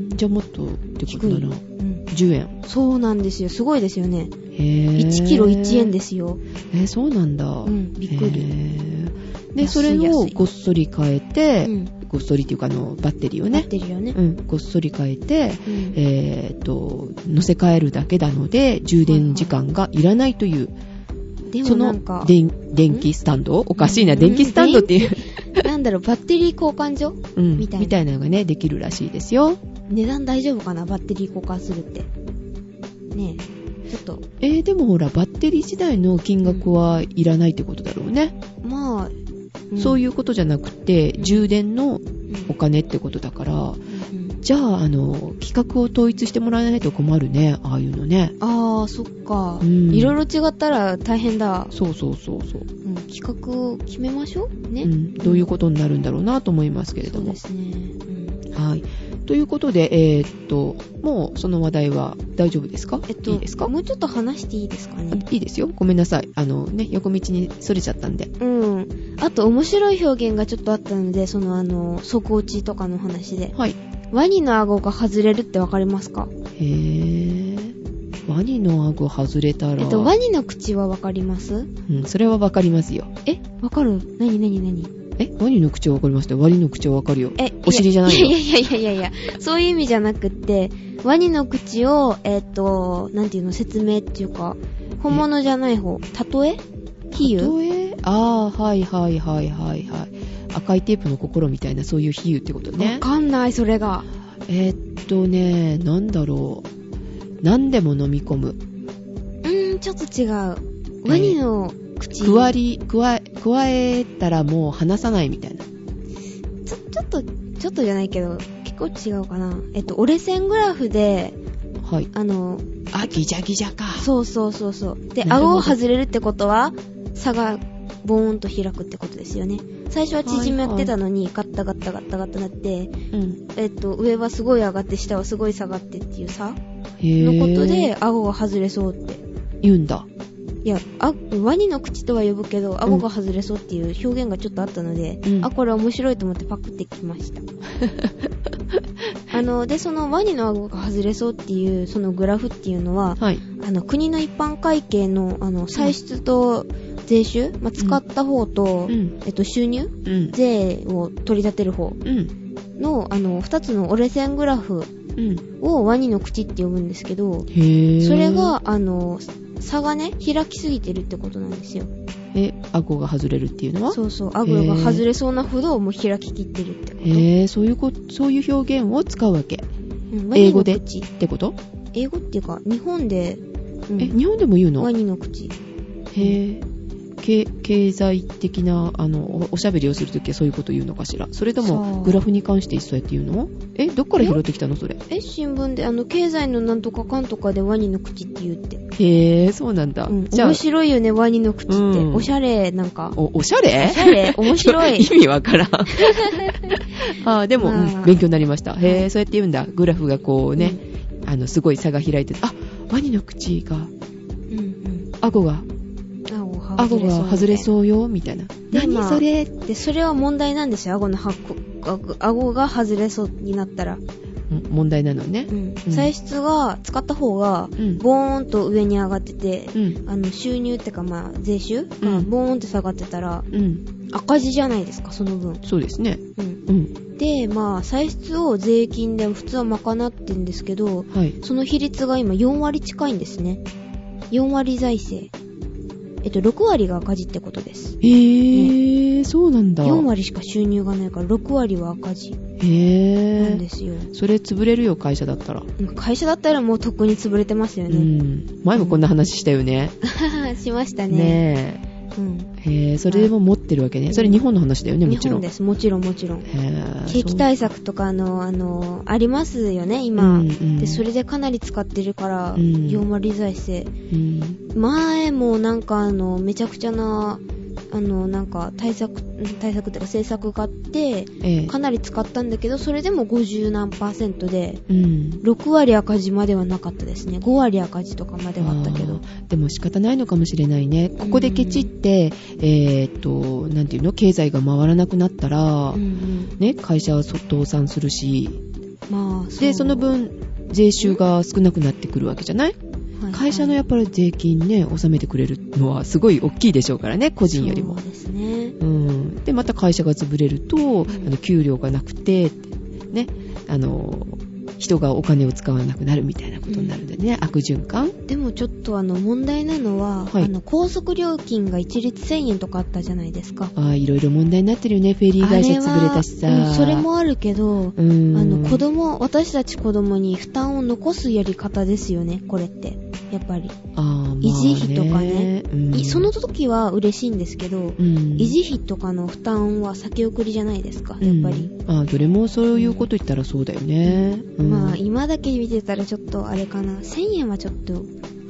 Speaker 1: ーん、じゃあもっとってことなら、
Speaker 2: うん。
Speaker 1: 10円。
Speaker 2: そうなんですよ。すごいですよね。
Speaker 1: へー
Speaker 2: 1キロ1円ですよ。
Speaker 1: えー、そうなんだ。
Speaker 2: うん、びっく
Speaker 1: へ
Speaker 2: り。
Speaker 1: ー
Speaker 2: 安
Speaker 1: で、
Speaker 2: い
Speaker 1: それをごっそり変えて、
Speaker 2: うん。
Speaker 1: ごっそりっていうかあの、バッテリーを
Speaker 2: なっ
Speaker 1: ね、
Speaker 2: てるよね。
Speaker 1: うん、ごっそり変えて、
Speaker 2: うん
Speaker 1: えーっと、乗せ替えるだけなので、充電時間がいらないという、
Speaker 2: でも
Speaker 1: そ
Speaker 2: な
Speaker 1: の
Speaker 2: んか、
Speaker 1: 電電気スタンドおかしいな、
Speaker 2: うん
Speaker 1: 電気スタンドっていう、
Speaker 2: なんだろう、バッテリー交換所
Speaker 1: うん、み
Speaker 2: み
Speaker 1: た
Speaker 2: た
Speaker 1: い
Speaker 2: い
Speaker 1: な
Speaker 2: な
Speaker 1: のがね、できるらしいですよ。
Speaker 2: 値段大丈夫かなバッテリー交換するって。ねえ。ちょっと、
Speaker 1: えー、でもほら、バッテリー自体の金額はいらないってことだろうね。
Speaker 2: まあ、
Speaker 1: そう
Speaker 2: い
Speaker 1: いうことじゃなくて、
Speaker 2: うん
Speaker 1: 充電の
Speaker 2: うん、
Speaker 1: お金ってことだから、
Speaker 2: うんうん
Speaker 1: じゃあ、あの、企画を統一してもらわないと困るね、ああいうのね。
Speaker 2: あー、そっか。
Speaker 1: うん
Speaker 2: いろいろ違ったら大変だ。
Speaker 1: そうそうそうそう。
Speaker 2: うん企画を決めましょうね。
Speaker 1: うん、どういうことになるんだろうなと思いますけれど
Speaker 2: そう
Speaker 1: も
Speaker 2: で。すね。うん
Speaker 1: はい。ということで、えーっと、もうその話題は大丈夫ですか
Speaker 2: えっと、
Speaker 1: いいですか
Speaker 2: もうちょっと話していいですかね。
Speaker 1: あいいですよ。ごめんなさい。あのね、横道にそれちゃったんで。
Speaker 2: うん。あと、面白い表現がちょっとあったので、その、あの、底打ちとかの話で。
Speaker 1: はい。
Speaker 2: ワニの顎が外れるってわかりますか
Speaker 1: へー。ワニの顎外れたら、
Speaker 2: えっと、ワニの口はわかります
Speaker 1: うん、それはわかりますよ。
Speaker 2: えわかるなになになに
Speaker 1: え、ワニの口はわかりますよ。ワニの口はわかるよ。
Speaker 2: え、
Speaker 1: お尻じゃないの
Speaker 2: いやいやいやいやいや、そういう意味じゃなくって、ワニの口を、えっと、なんていうの、説明っていうか、本物じゃない方、例え比喩
Speaker 1: 例えああ、はいはいはいはいはい。赤いテープの心みたいな、そういう比喩ってこと
Speaker 2: わ
Speaker 1: ね。
Speaker 2: かんない、それが。
Speaker 1: えーっとね、なんだろう。何でも飲み込む。
Speaker 2: うーん、ちょっと違う。ワニの口。
Speaker 1: くわり、くわえ、くわえたらもう離さないみたいな。
Speaker 2: ちょ、ちょっと、ちょっとじゃないけど、結構違うかな。えっと、折れ線グラフで、
Speaker 1: はい。
Speaker 2: あの、
Speaker 1: あ、ギジャギジャか。
Speaker 2: そうそうそうそう。で、
Speaker 1: なるほど
Speaker 2: 顎を外れるってことは、差が、ボーンと開くってことですよね。最初は縮めてたのに、ガッタガッタガッタガッタなって、
Speaker 1: うん。
Speaker 2: えっと、上はすごい上がって、下はすごい下がってっていう差の
Speaker 1: へー
Speaker 2: ことで、、顎が外れそうって。
Speaker 1: 言うんだ。
Speaker 2: いや、あワニの口とは呼ぶけど、顎が外れそうっていう表現がちょっとあったので、
Speaker 1: うん
Speaker 2: あ、これ面白いと思ってパクってきま した。あの、で、そのワニの顎が外れそうっていう、そのグラフっていうのは、
Speaker 1: はい。
Speaker 2: あの、国の一般会計の、あの、歳出と税収、まあ、使った方と、
Speaker 1: うん。
Speaker 2: えっと、収入
Speaker 1: うん。
Speaker 2: 税を取り立てる方
Speaker 1: うん。
Speaker 2: の、あの、二つの折れ線グラフ
Speaker 1: うん。
Speaker 2: をワニの口って呼ぶんですけど、
Speaker 1: へー
Speaker 2: それ、が、あの、差がね、開きすぎてるってことなんですよ。
Speaker 1: え、顎が外れるっていうのは
Speaker 2: そうそう、アグロが外れそうなほどもう開ききってるってこと。
Speaker 1: へーそういうこ、そういう表現を使うわけ。っ
Speaker 2: うんワニの
Speaker 1: 英語で
Speaker 2: 口
Speaker 1: てこと
Speaker 2: 英語っていうか、日本で、うん
Speaker 1: え、日本でも言うの
Speaker 2: ワニの口。
Speaker 1: へぇ。け経済的なあのおおしゃべりをするときはそういうこと言うのかしらそれと
Speaker 2: そう
Speaker 1: もグラフに関してそうやって言うのえどっから拾ってきたのそれ
Speaker 2: え新聞であの経済のなんとかかんとかでワニの口って言うって、
Speaker 1: へえそうなんだ、
Speaker 2: うん、
Speaker 1: じゃあ
Speaker 2: 面白いよねワニの口って、
Speaker 1: うん
Speaker 2: おしゃれなんか
Speaker 1: おおしゃれ
Speaker 2: おしゃ れ面白い
Speaker 1: 意味わ からんあーでも、
Speaker 2: まあ
Speaker 1: うん勉強になりましたへえそうやって言うんだグラフがこうね、あのすごい差が開いてあワニの口が
Speaker 2: うんうん
Speaker 1: 顎が
Speaker 2: 顎が
Speaker 1: 顎が外れそうよみたいな
Speaker 2: で
Speaker 1: 何
Speaker 2: まあ
Speaker 1: それ
Speaker 2: うでそれは問題なんですよ顎の箱顎顎が外れそうになったら、
Speaker 1: うん問題なのね
Speaker 2: うん
Speaker 1: うん
Speaker 2: 材質が使った方が
Speaker 1: うん
Speaker 2: ボーンと上に上がってて、
Speaker 1: うん
Speaker 2: あの収入ってかまあ税収が
Speaker 1: うん
Speaker 2: ボーンって下がってたら
Speaker 1: うん
Speaker 2: 赤字じゃないですかその分、
Speaker 1: そうですね
Speaker 2: うん、
Speaker 1: うん
Speaker 2: でまあ歳出を税金で普通は賄ってんですけど
Speaker 1: はい
Speaker 2: その比率が今4割近いんですね4割財政えっと6割が赤字ってことです
Speaker 1: へー、そうなんだ
Speaker 2: 4割しか収入がないから6割は赤字
Speaker 1: へ
Speaker 2: なん
Speaker 1: ー
Speaker 2: ですよ、
Speaker 1: それ潰れるよ会社だったら、
Speaker 2: まあ会社だったらもうとっくに潰れてますよ
Speaker 1: う
Speaker 2: ね、
Speaker 1: ん前もこんな話したよね、
Speaker 2: しましたね
Speaker 1: ね
Speaker 2: うん
Speaker 1: えへーそれでも持ってるわけねそれ日本の話だよねも
Speaker 2: 日
Speaker 1: ちろ
Speaker 2: 本
Speaker 1: ん
Speaker 2: ですもちろんもちろん
Speaker 1: へー
Speaker 2: 景気対策とかあのあのありますよね
Speaker 1: そう
Speaker 2: 今、
Speaker 1: うんうん
Speaker 2: でそれでかなり使ってるから、
Speaker 1: うん
Speaker 2: 4割財政
Speaker 1: うん
Speaker 2: 前もなんかあのめちゃくちゃなあのなんか対策ん対策っていうか政策があって
Speaker 1: ええ
Speaker 2: かなり使ったんだけどそれでも50何パーセントで
Speaker 1: うん
Speaker 2: 6割赤字まではなかったですね5割赤字とかまではあったけ
Speaker 1: あ
Speaker 2: ど
Speaker 1: ーでも仕方ないのかもしれないねここでケチって、えーっとなんていうの経済が回らなくなったら、
Speaker 2: うんうん
Speaker 1: ね会社はそ倒産するし
Speaker 2: まあう
Speaker 1: でその、分税収が少なくなってくるわけじゃない
Speaker 2: はい
Speaker 1: 会社のやっぱり税金ね納めてくれるのはすごい大きいでしょうからね個人よりも
Speaker 2: そうですね
Speaker 1: うん、でまた会社が潰れると、
Speaker 2: ん
Speaker 1: あの給料がなくてってねあの人がお金を使わなくなるみたいなことになるんでね、悪循環
Speaker 2: でもちょっとあの問題なのは、
Speaker 1: はい
Speaker 2: あの高速料金が一律1000円とかあったじゃないですか
Speaker 1: ああいろいろ問題になってるよねフェリー会社潰れたしさ、
Speaker 2: あれはうんそれもあるけど、
Speaker 1: うん
Speaker 2: あの子供私たち子供に負担を残すやり方ですよねこれってやっぱり、
Speaker 1: ああまあね
Speaker 2: 維持費とかね
Speaker 1: うん
Speaker 2: いその時は嬉しいんですけど、
Speaker 1: うん
Speaker 2: 維持費とかの負担は先送りじゃないですか
Speaker 1: う
Speaker 2: やっ
Speaker 1: ん
Speaker 2: ぱり、
Speaker 1: ああどれもそういうこと言ったらそうだよね、うん
Speaker 2: まあ今だけ見てたらちょっとあれかな1000円はちょっと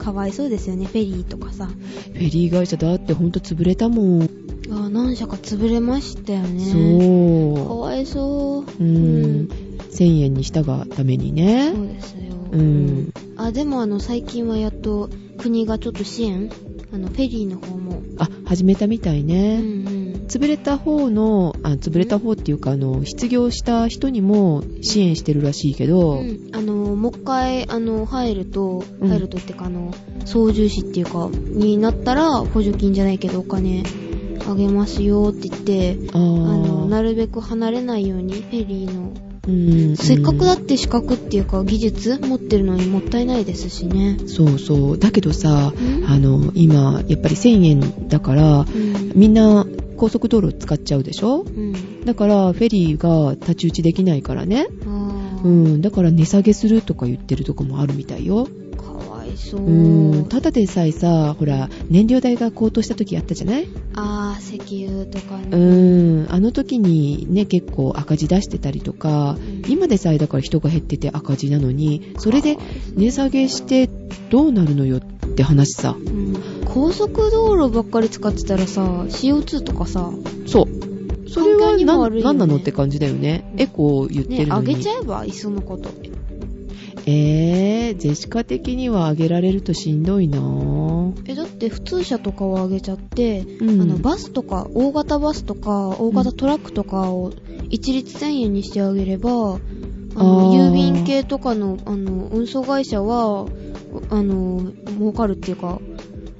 Speaker 2: かわいそうですよねフェリーとかさ
Speaker 1: フェリー会社だってほんと潰れたもん、
Speaker 2: あー何社か潰れましたよねか
Speaker 1: そ
Speaker 2: わいそ
Speaker 1: う、
Speaker 2: う
Speaker 1: うん、1000円にしたがためにね
Speaker 2: そうですよ、
Speaker 1: うん
Speaker 2: あでもあの最近はやっと国がちょっと支援あのフェリーの方も、
Speaker 1: あ始めたみたい
Speaker 2: うん
Speaker 1: ね、
Speaker 2: うん、
Speaker 1: 潰れた方のあ潰れた方っていうかあの失業した人にも支援してるらしいけど、
Speaker 2: うんあのもう一回あの入ると
Speaker 1: うん
Speaker 2: 入るとってかあの操縦士っていうかになったら補助金じゃないけどお金あげますよって言って
Speaker 1: あ
Speaker 2: あの
Speaker 1: ー
Speaker 2: なるべく離れないようにフェリーの
Speaker 1: うん
Speaker 2: せっかくだ
Speaker 1: う
Speaker 2: って資格っていうか技術持ってるのにもったいないですしね
Speaker 1: んそうそうだけどさ
Speaker 2: うん
Speaker 1: あの今やっぱり1000円だから
Speaker 2: うん、
Speaker 1: みんな高速道路使っちゃうでしょ
Speaker 2: うん、
Speaker 1: だからフェリーが太刀打ちできないからね、
Speaker 2: あ
Speaker 1: う
Speaker 2: ー、
Speaker 1: ん、だから値下げするとか言ってるとこもあるみたいよ、
Speaker 2: かわいそう、
Speaker 1: うん、ただでさえさほら燃料代が高騰した時あったじゃない
Speaker 2: あー石油とかね
Speaker 1: うーん、あの時にね、結構赤字出してたりとか、今でさえだから人が減ってて赤字なのに、それで
Speaker 2: かわいそう
Speaker 1: 値下げしてどうなるのよって話さ。
Speaker 2: うん高速道路ばっかり使ってたらさ CO2 とかさ、
Speaker 1: そう。それは
Speaker 2: 環境にも
Speaker 1: 何,、
Speaker 2: 悪いよね
Speaker 1: なのって感じだよね。エコを言って
Speaker 2: ね、
Speaker 1: るの
Speaker 2: あ
Speaker 1: に。
Speaker 2: げちゃえばいっそのこと
Speaker 1: えー、ジェシカ的にはあげられるとしんどいなぁ。
Speaker 2: えだって普通車とかはあげちゃって、
Speaker 1: うん
Speaker 2: あのバスとか大型バスとか大型トラックとかを一律1000円にしてあげればあの
Speaker 1: あー
Speaker 2: 郵便系とかのあの運送会社はあの儲かるっていうか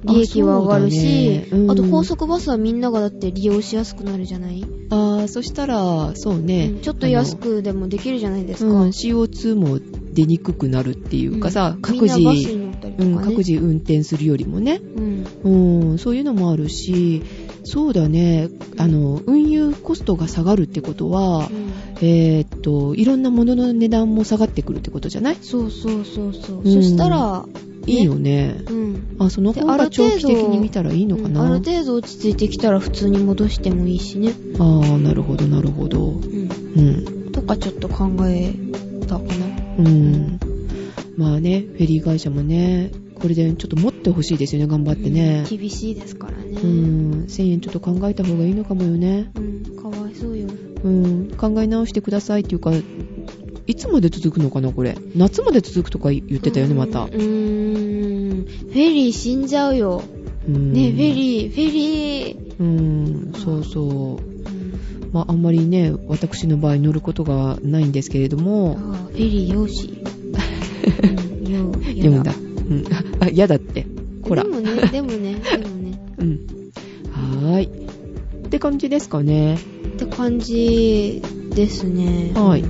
Speaker 2: 利益は上がるし
Speaker 1: そう
Speaker 2: あ,、
Speaker 1: だねうん
Speaker 2: と高速バスはみんながだって利用しやすくなるじゃない、
Speaker 1: あーそしたら、そうね。
Speaker 2: うんちょっと安
Speaker 1: あの
Speaker 2: くでもできるじゃないですか、
Speaker 1: うん、CO2 も出にくくなるっていうかさ、
Speaker 2: うん
Speaker 1: 各自、
Speaker 2: みんなバスに乗ったりと
Speaker 1: う
Speaker 2: かね、
Speaker 1: ん、各自運転するよりもね。
Speaker 2: うん
Speaker 1: うん、そういうのもあるし、そうだね、あの、運輸コストが下がるってことは
Speaker 2: う、ん
Speaker 1: えーっと、いろんなものの値段も下がってくるってことじゃない
Speaker 2: そうそうそうそ
Speaker 1: う
Speaker 2: う、
Speaker 1: ん
Speaker 2: そしたら
Speaker 1: いいよね。
Speaker 2: うん。
Speaker 1: あ、その方が長期的に見たらいいのか
Speaker 2: うんあ
Speaker 1: な。
Speaker 2: る程度落ち着いてきたら普通に戻してもいいしね。
Speaker 1: あー、なるほど、なるほど。
Speaker 2: う
Speaker 1: うん。
Speaker 2: ん。とかちょっと考えたかな。
Speaker 1: うん。まあね、フェリー会社もね、これでちょっと持ってほしいですよね、頑張ってね。
Speaker 2: 厳しいですからね。
Speaker 1: うん、1000円ちょっと考えた方がいいのかもよね。
Speaker 2: うん。かわいそうよ。
Speaker 1: うん、考え直してくださいっていうか、いつまで続くのかな、これ。夏まで続くとか言ってたよね、また。
Speaker 2: うーん。フェリー死んじゃうよ。
Speaker 1: うん
Speaker 2: ね、フェリー、フェリー。
Speaker 1: うん、そうそう。まあ、あんまりね、私の場合乗ることがないんですけれど
Speaker 2: ああ
Speaker 1: も、
Speaker 2: フェリー用 紙。うんよう
Speaker 1: 読むんだ。
Speaker 2: や
Speaker 1: うん。あ、嫌だって。こら
Speaker 2: で。もね、でもね、でもね。
Speaker 1: うん。はーい。って感じですかね。
Speaker 2: って感じですね。
Speaker 1: はい。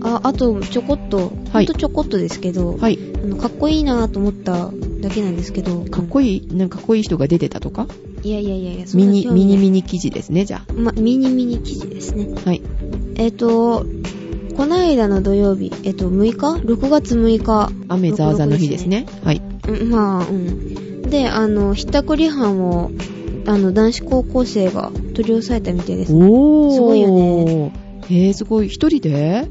Speaker 2: あ、あと、ちょこっと、
Speaker 1: は
Speaker 2: ほ
Speaker 1: い
Speaker 2: んとちょこっとですけど、
Speaker 1: はい。
Speaker 2: あのかっこいいなと思っただけなんですけど、
Speaker 1: かっこいい、なんかかっこいい人が出てたとか
Speaker 2: いい。いやいやいやいや、そん
Speaker 1: ミ
Speaker 2: な
Speaker 1: ニ、
Speaker 2: 興味
Speaker 1: ミ
Speaker 2: な
Speaker 1: ニミ
Speaker 2: い
Speaker 1: ニ記事ですね、じゃ
Speaker 2: ま、ミニミニ記事ですね。
Speaker 1: あ。はい。
Speaker 2: えっ、と、こないだの土曜日、えっ、と、6日 ?6 月6日。
Speaker 1: 雨ざーざーの日ですね。はい。
Speaker 2: うんまあ、うん。で、あの、ひったくり犯を、あの、男子高校生が取り押さえたみたいです。うん。
Speaker 1: おー。
Speaker 2: すごいよね。
Speaker 1: へー、すごい。一人で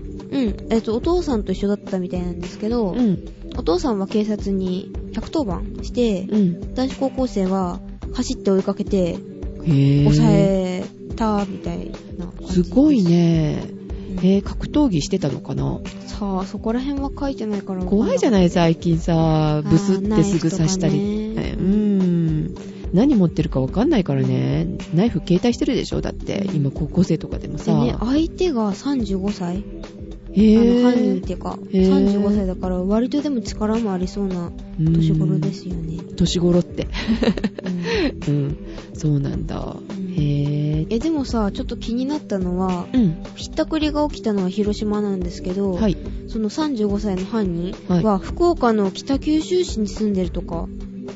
Speaker 2: えっ、と、お父さんと一緒だったみたいなんですけど、
Speaker 1: うん。
Speaker 2: お父さんは警察に110番して、
Speaker 1: うん。
Speaker 2: 男子高校生は走って追いかけて、
Speaker 1: へー。
Speaker 2: 抑えたみたいな感じです
Speaker 1: ごい。ね。
Speaker 2: うん
Speaker 1: へー、格闘技してたのかな
Speaker 2: さあ、そこら辺は書いてないから
Speaker 1: 怖いじゃないい最近さブスってすぐ刺したり、えうーん何持ってるか分かんないからねナイフ携帯してるでしょだって今高校生とかでも
Speaker 2: で
Speaker 1: さ、
Speaker 2: ね、相手が35歳、
Speaker 1: へ
Speaker 2: あの犯人っ
Speaker 1: ー
Speaker 2: ていうか、
Speaker 1: へー
Speaker 2: 35歳だから、割とでも力もありそうな年頃ですよね。
Speaker 1: うん年頃って
Speaker 2: うん
Speaker 1: うんそうなんだ
Speaker 2: ん
Speaker 1: へー
Speaker 2: えでもさ、ちょっと気になったのは、
Speaker 1: うん
Speaker 2: ひったくりが起きたのは広島なんですけど、
Speaker 1: はい
Speaker 2: その35歳の犯人は福岡の北九州市に住んでるとか、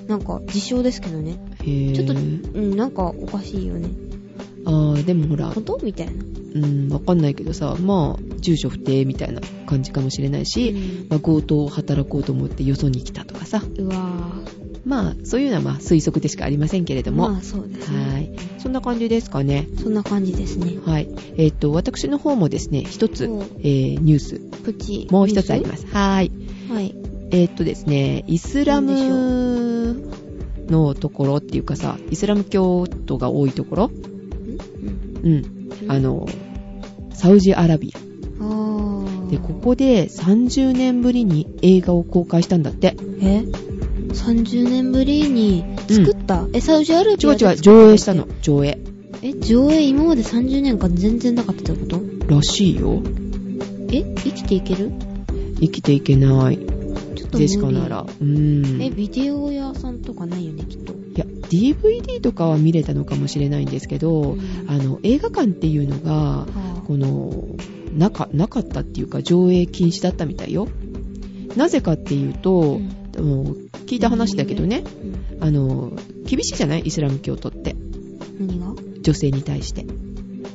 Speaker 2: なんか自称ですけどね。
Speaker 1: へー
Speaker 2: ちょっと、うん、なんかおかしいよね。
Speaker 1: あーでもほら
Speaker 2: 本当みたいな。
Speaker 1: うん分かんないけどさまあ住所不定みたいな感じかもしれないし、まあ、強盗を働こうと思ってよそに来たとかさ
Speaker 2: うんうわぁ。
Speaker 1: まあそういうのはまあ推測でしかありませんけれども、
Speaker 2: まあそうですね。
Speaker 1: はい。そんな感じですかね。
Speaker 2: そんな感じですね。
Speaker 1: はい。えっ、と、私の方もですね、一つ、え
Speaker 2: お
Speaker 1: ーニュース、
Speaker 2: プチ。
Speaker 1: もう一つあります。はい。
Speaker 2: す。はい。
Speaker 1: えっ、とですね、イスラ
Speaker 2: なんでしょ
Speaker 1: ムのところっていうかさ、イスラム教徒が多いところ
Speaker 2: ん
Speaker 1: うん。
Speaker 2: うん
Speaker 1: あ、の、サウジアラビア。
Speaker 2: あー
Speaker 1: で、こ。こで30年ぶりに映画を公開したんだって。
Speaker 2: え ?30 年ぶりに作った、え、サウジアラビ
Speaker 1: 違う
Speaker 2: アで
Speaker 1: 違う、
Speaker 2: 作った
Speaker 1: 上映したの。。上映。
Speaker 2: え、上映今まで30年間全然なかったってこと
Speaker 1: らしいよ。
Speaker 2: え生きていける
Speaker 1: 生きていけない。
Speaker 2: ちょっと無理
Speaker 1: でしかなら。うん。
Speaker 2: え、ビデオ屋さんとかないよね、きっと。
Speaker 1: いや、DVD とかは見れたのかもしれないんですけど、あの、映画館っていうのが、
Speaker 2: は
Speaker 1: この、なか、なかったっていうか、上映禁止だったみたいよ。なぜかっていう
Speaker 2: あ
Speaker 1: と
Speaker 2: うん、
Speaker 1: あの聞いた話だけどね、
Speaker 2: うん
Speaker 1: あの、厳しいじゃないイスラム教徒って。
Speaker 2: 何が
Speaker 1: 女性に対して。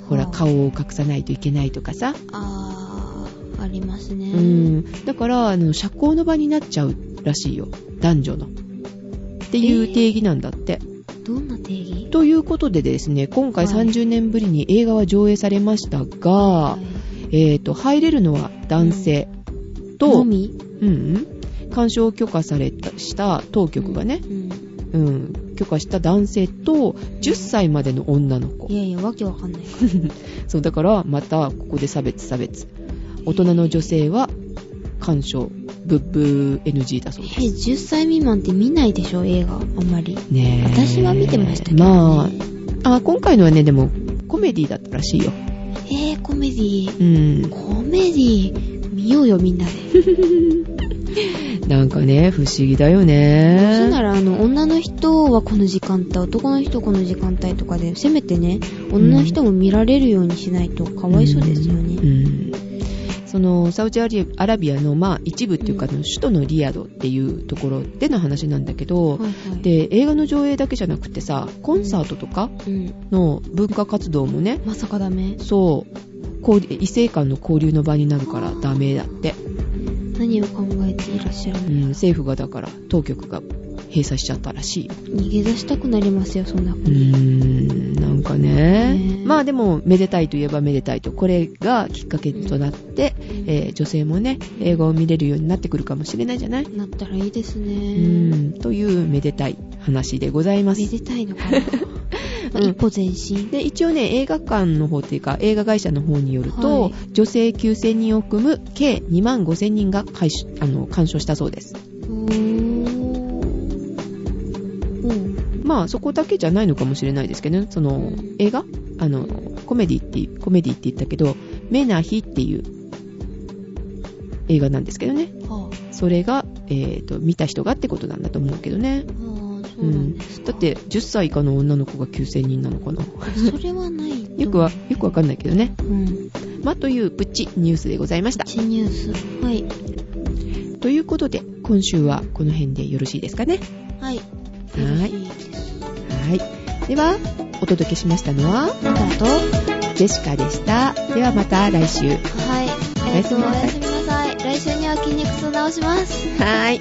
Speaker 1: ほら、
Speaker 2: はあ
Speaker 1: 顔を隠さないといけないとかさ。
Speaker 2: あー、ありますね。
Speaker 1: うん。だから、あの、社交の場になっちゃうらしいよ。男女の。っていう定義なんだって。
Speaker 2: どんな定義
Speaker 1: ということでですね、今回
Speaker 2: はい
Speaker 1: 30年ぶりに映画は上映されましたが、
Speaker 2: はい
Speaker 1: えっ、と、入れるのは男性と、
Speaker 2: の
Speaker 1: うん、
Speaker 2: み
Speaker 1: うん、鑑賞を許可された、した当局がね、
Speaker 2: うん。
Speaker 1: うん、許可した男性と、10歳までの女の子
Speaker 2: い。やいや、わけわかんない。
Speaker 1: そう、だから、また、ここで差別差別。大人の女性は、鑑賞、ブッブー NG だ
Speaker 2: え、
Speaker 1: そうです。
Speaker 2: 10歳未満って見ないでしょ、映画。あんまり。
Speaker 1: ねえ
Speaker 2: 私は見てましたけど、ね。
Speaker 1: まあ、あ、今回のはね、でも、コメディだったらしいよ。
Speaker 2: えー、コメディ。
Speaker 1: うん。
Speaker 2: コメディ、見ようよ、みんなで。
Speaker 1: なんかね、不思議だよ
Speaker 2: そ
Speaker 1: ね。
Speaker 2: うなら、あの、女の人はこの時間帯、男の人この時間帯とかで、せめてね、女の人も見られるようにしないとかわいそうですよ
Speaker 1: う
Speaker 2: ね。
Speaker 1: ん。その、サウジアリアラビアの、まあ、一部っていうか、あの首都のリヤドっていうところでの話なんだけど、
Speaker 2: はいはい、
Speaker 1: で、映画の上映だけじゃなくてさ、コンサートとか
Speaker 2: うん。
Speaker 1: の文化活動もね、
Speaker 2: まさかダメ。
Speaker 1: そう、交流異性間の交流の場になるからダメだって。
Speaker 2: 何を考えていらっしゃる
Speaker 1: う
Speaker 2: の、
Speaker 1: ん、政府がだから当局が閉鎖しちゃったらしいよ
Speaker 2: 逃げ出したくなりますよそんなふう
Speaker 1: う
Speaker 2: に、
Speaker 1: んなんかね
Speaker 2: ね
Speaker 1: まあでもめでたいといえばめでたいとこれがきっかけとなって、えー女性もね映画を見れるようになってくるかもしれないじゃない
Speaker 2: なったらいいです
Speaker 1: う
Speaker 2: ね
Speaker 1: んというめでたい話でございます
Speaker 2: めでたいのか な、まあ
Speaker 1: うん
Speaker 2: 一歩前進
Speaker 1: で一応ね映画館の方というか映画会社の方によると、
Speaker 2: はい
Speaker 1: 女性9000人を含む計2万5000人が鑑賞あの鑑賞したそうです
Speaker 2: おーうん
Speaker 1: まあそこだけじゃないのかもしれないですけどねその映画あのコメディってコメディって言ったけど「メナヒ」っていう映画なんですけどね
Speaker 2: はあ
Speaker 1: それが、えー、と見た人がってことなんだと思うけどね
Speaker 2: あーそうなんですか、
Speaker 1: だって10歳以下の女の子が9000人なのかな
Speaker 2: それはないと思う
Speaker 1: よくはよくわかんないけどね
Speaker 2: うん
Speaker 1: まあというプチニュースでございました
Speaker 2: チニュースはい
Speaker 1: ということで今週はこの辺でよろしいですかね
Speaker 2: はい
Speaker 1: はい
Speaker 2: よろしいです
Speaker 1: はいではお届けしましたのは
Speaker 2: だからとは
Speaker 1: ジェシカでしたではまた来週
Speaker 2: い
Speaker 1: おやすみなさい
Speaker 2: えっとおやすみなさい来週には筋肉痛直します
Speaker 1: はい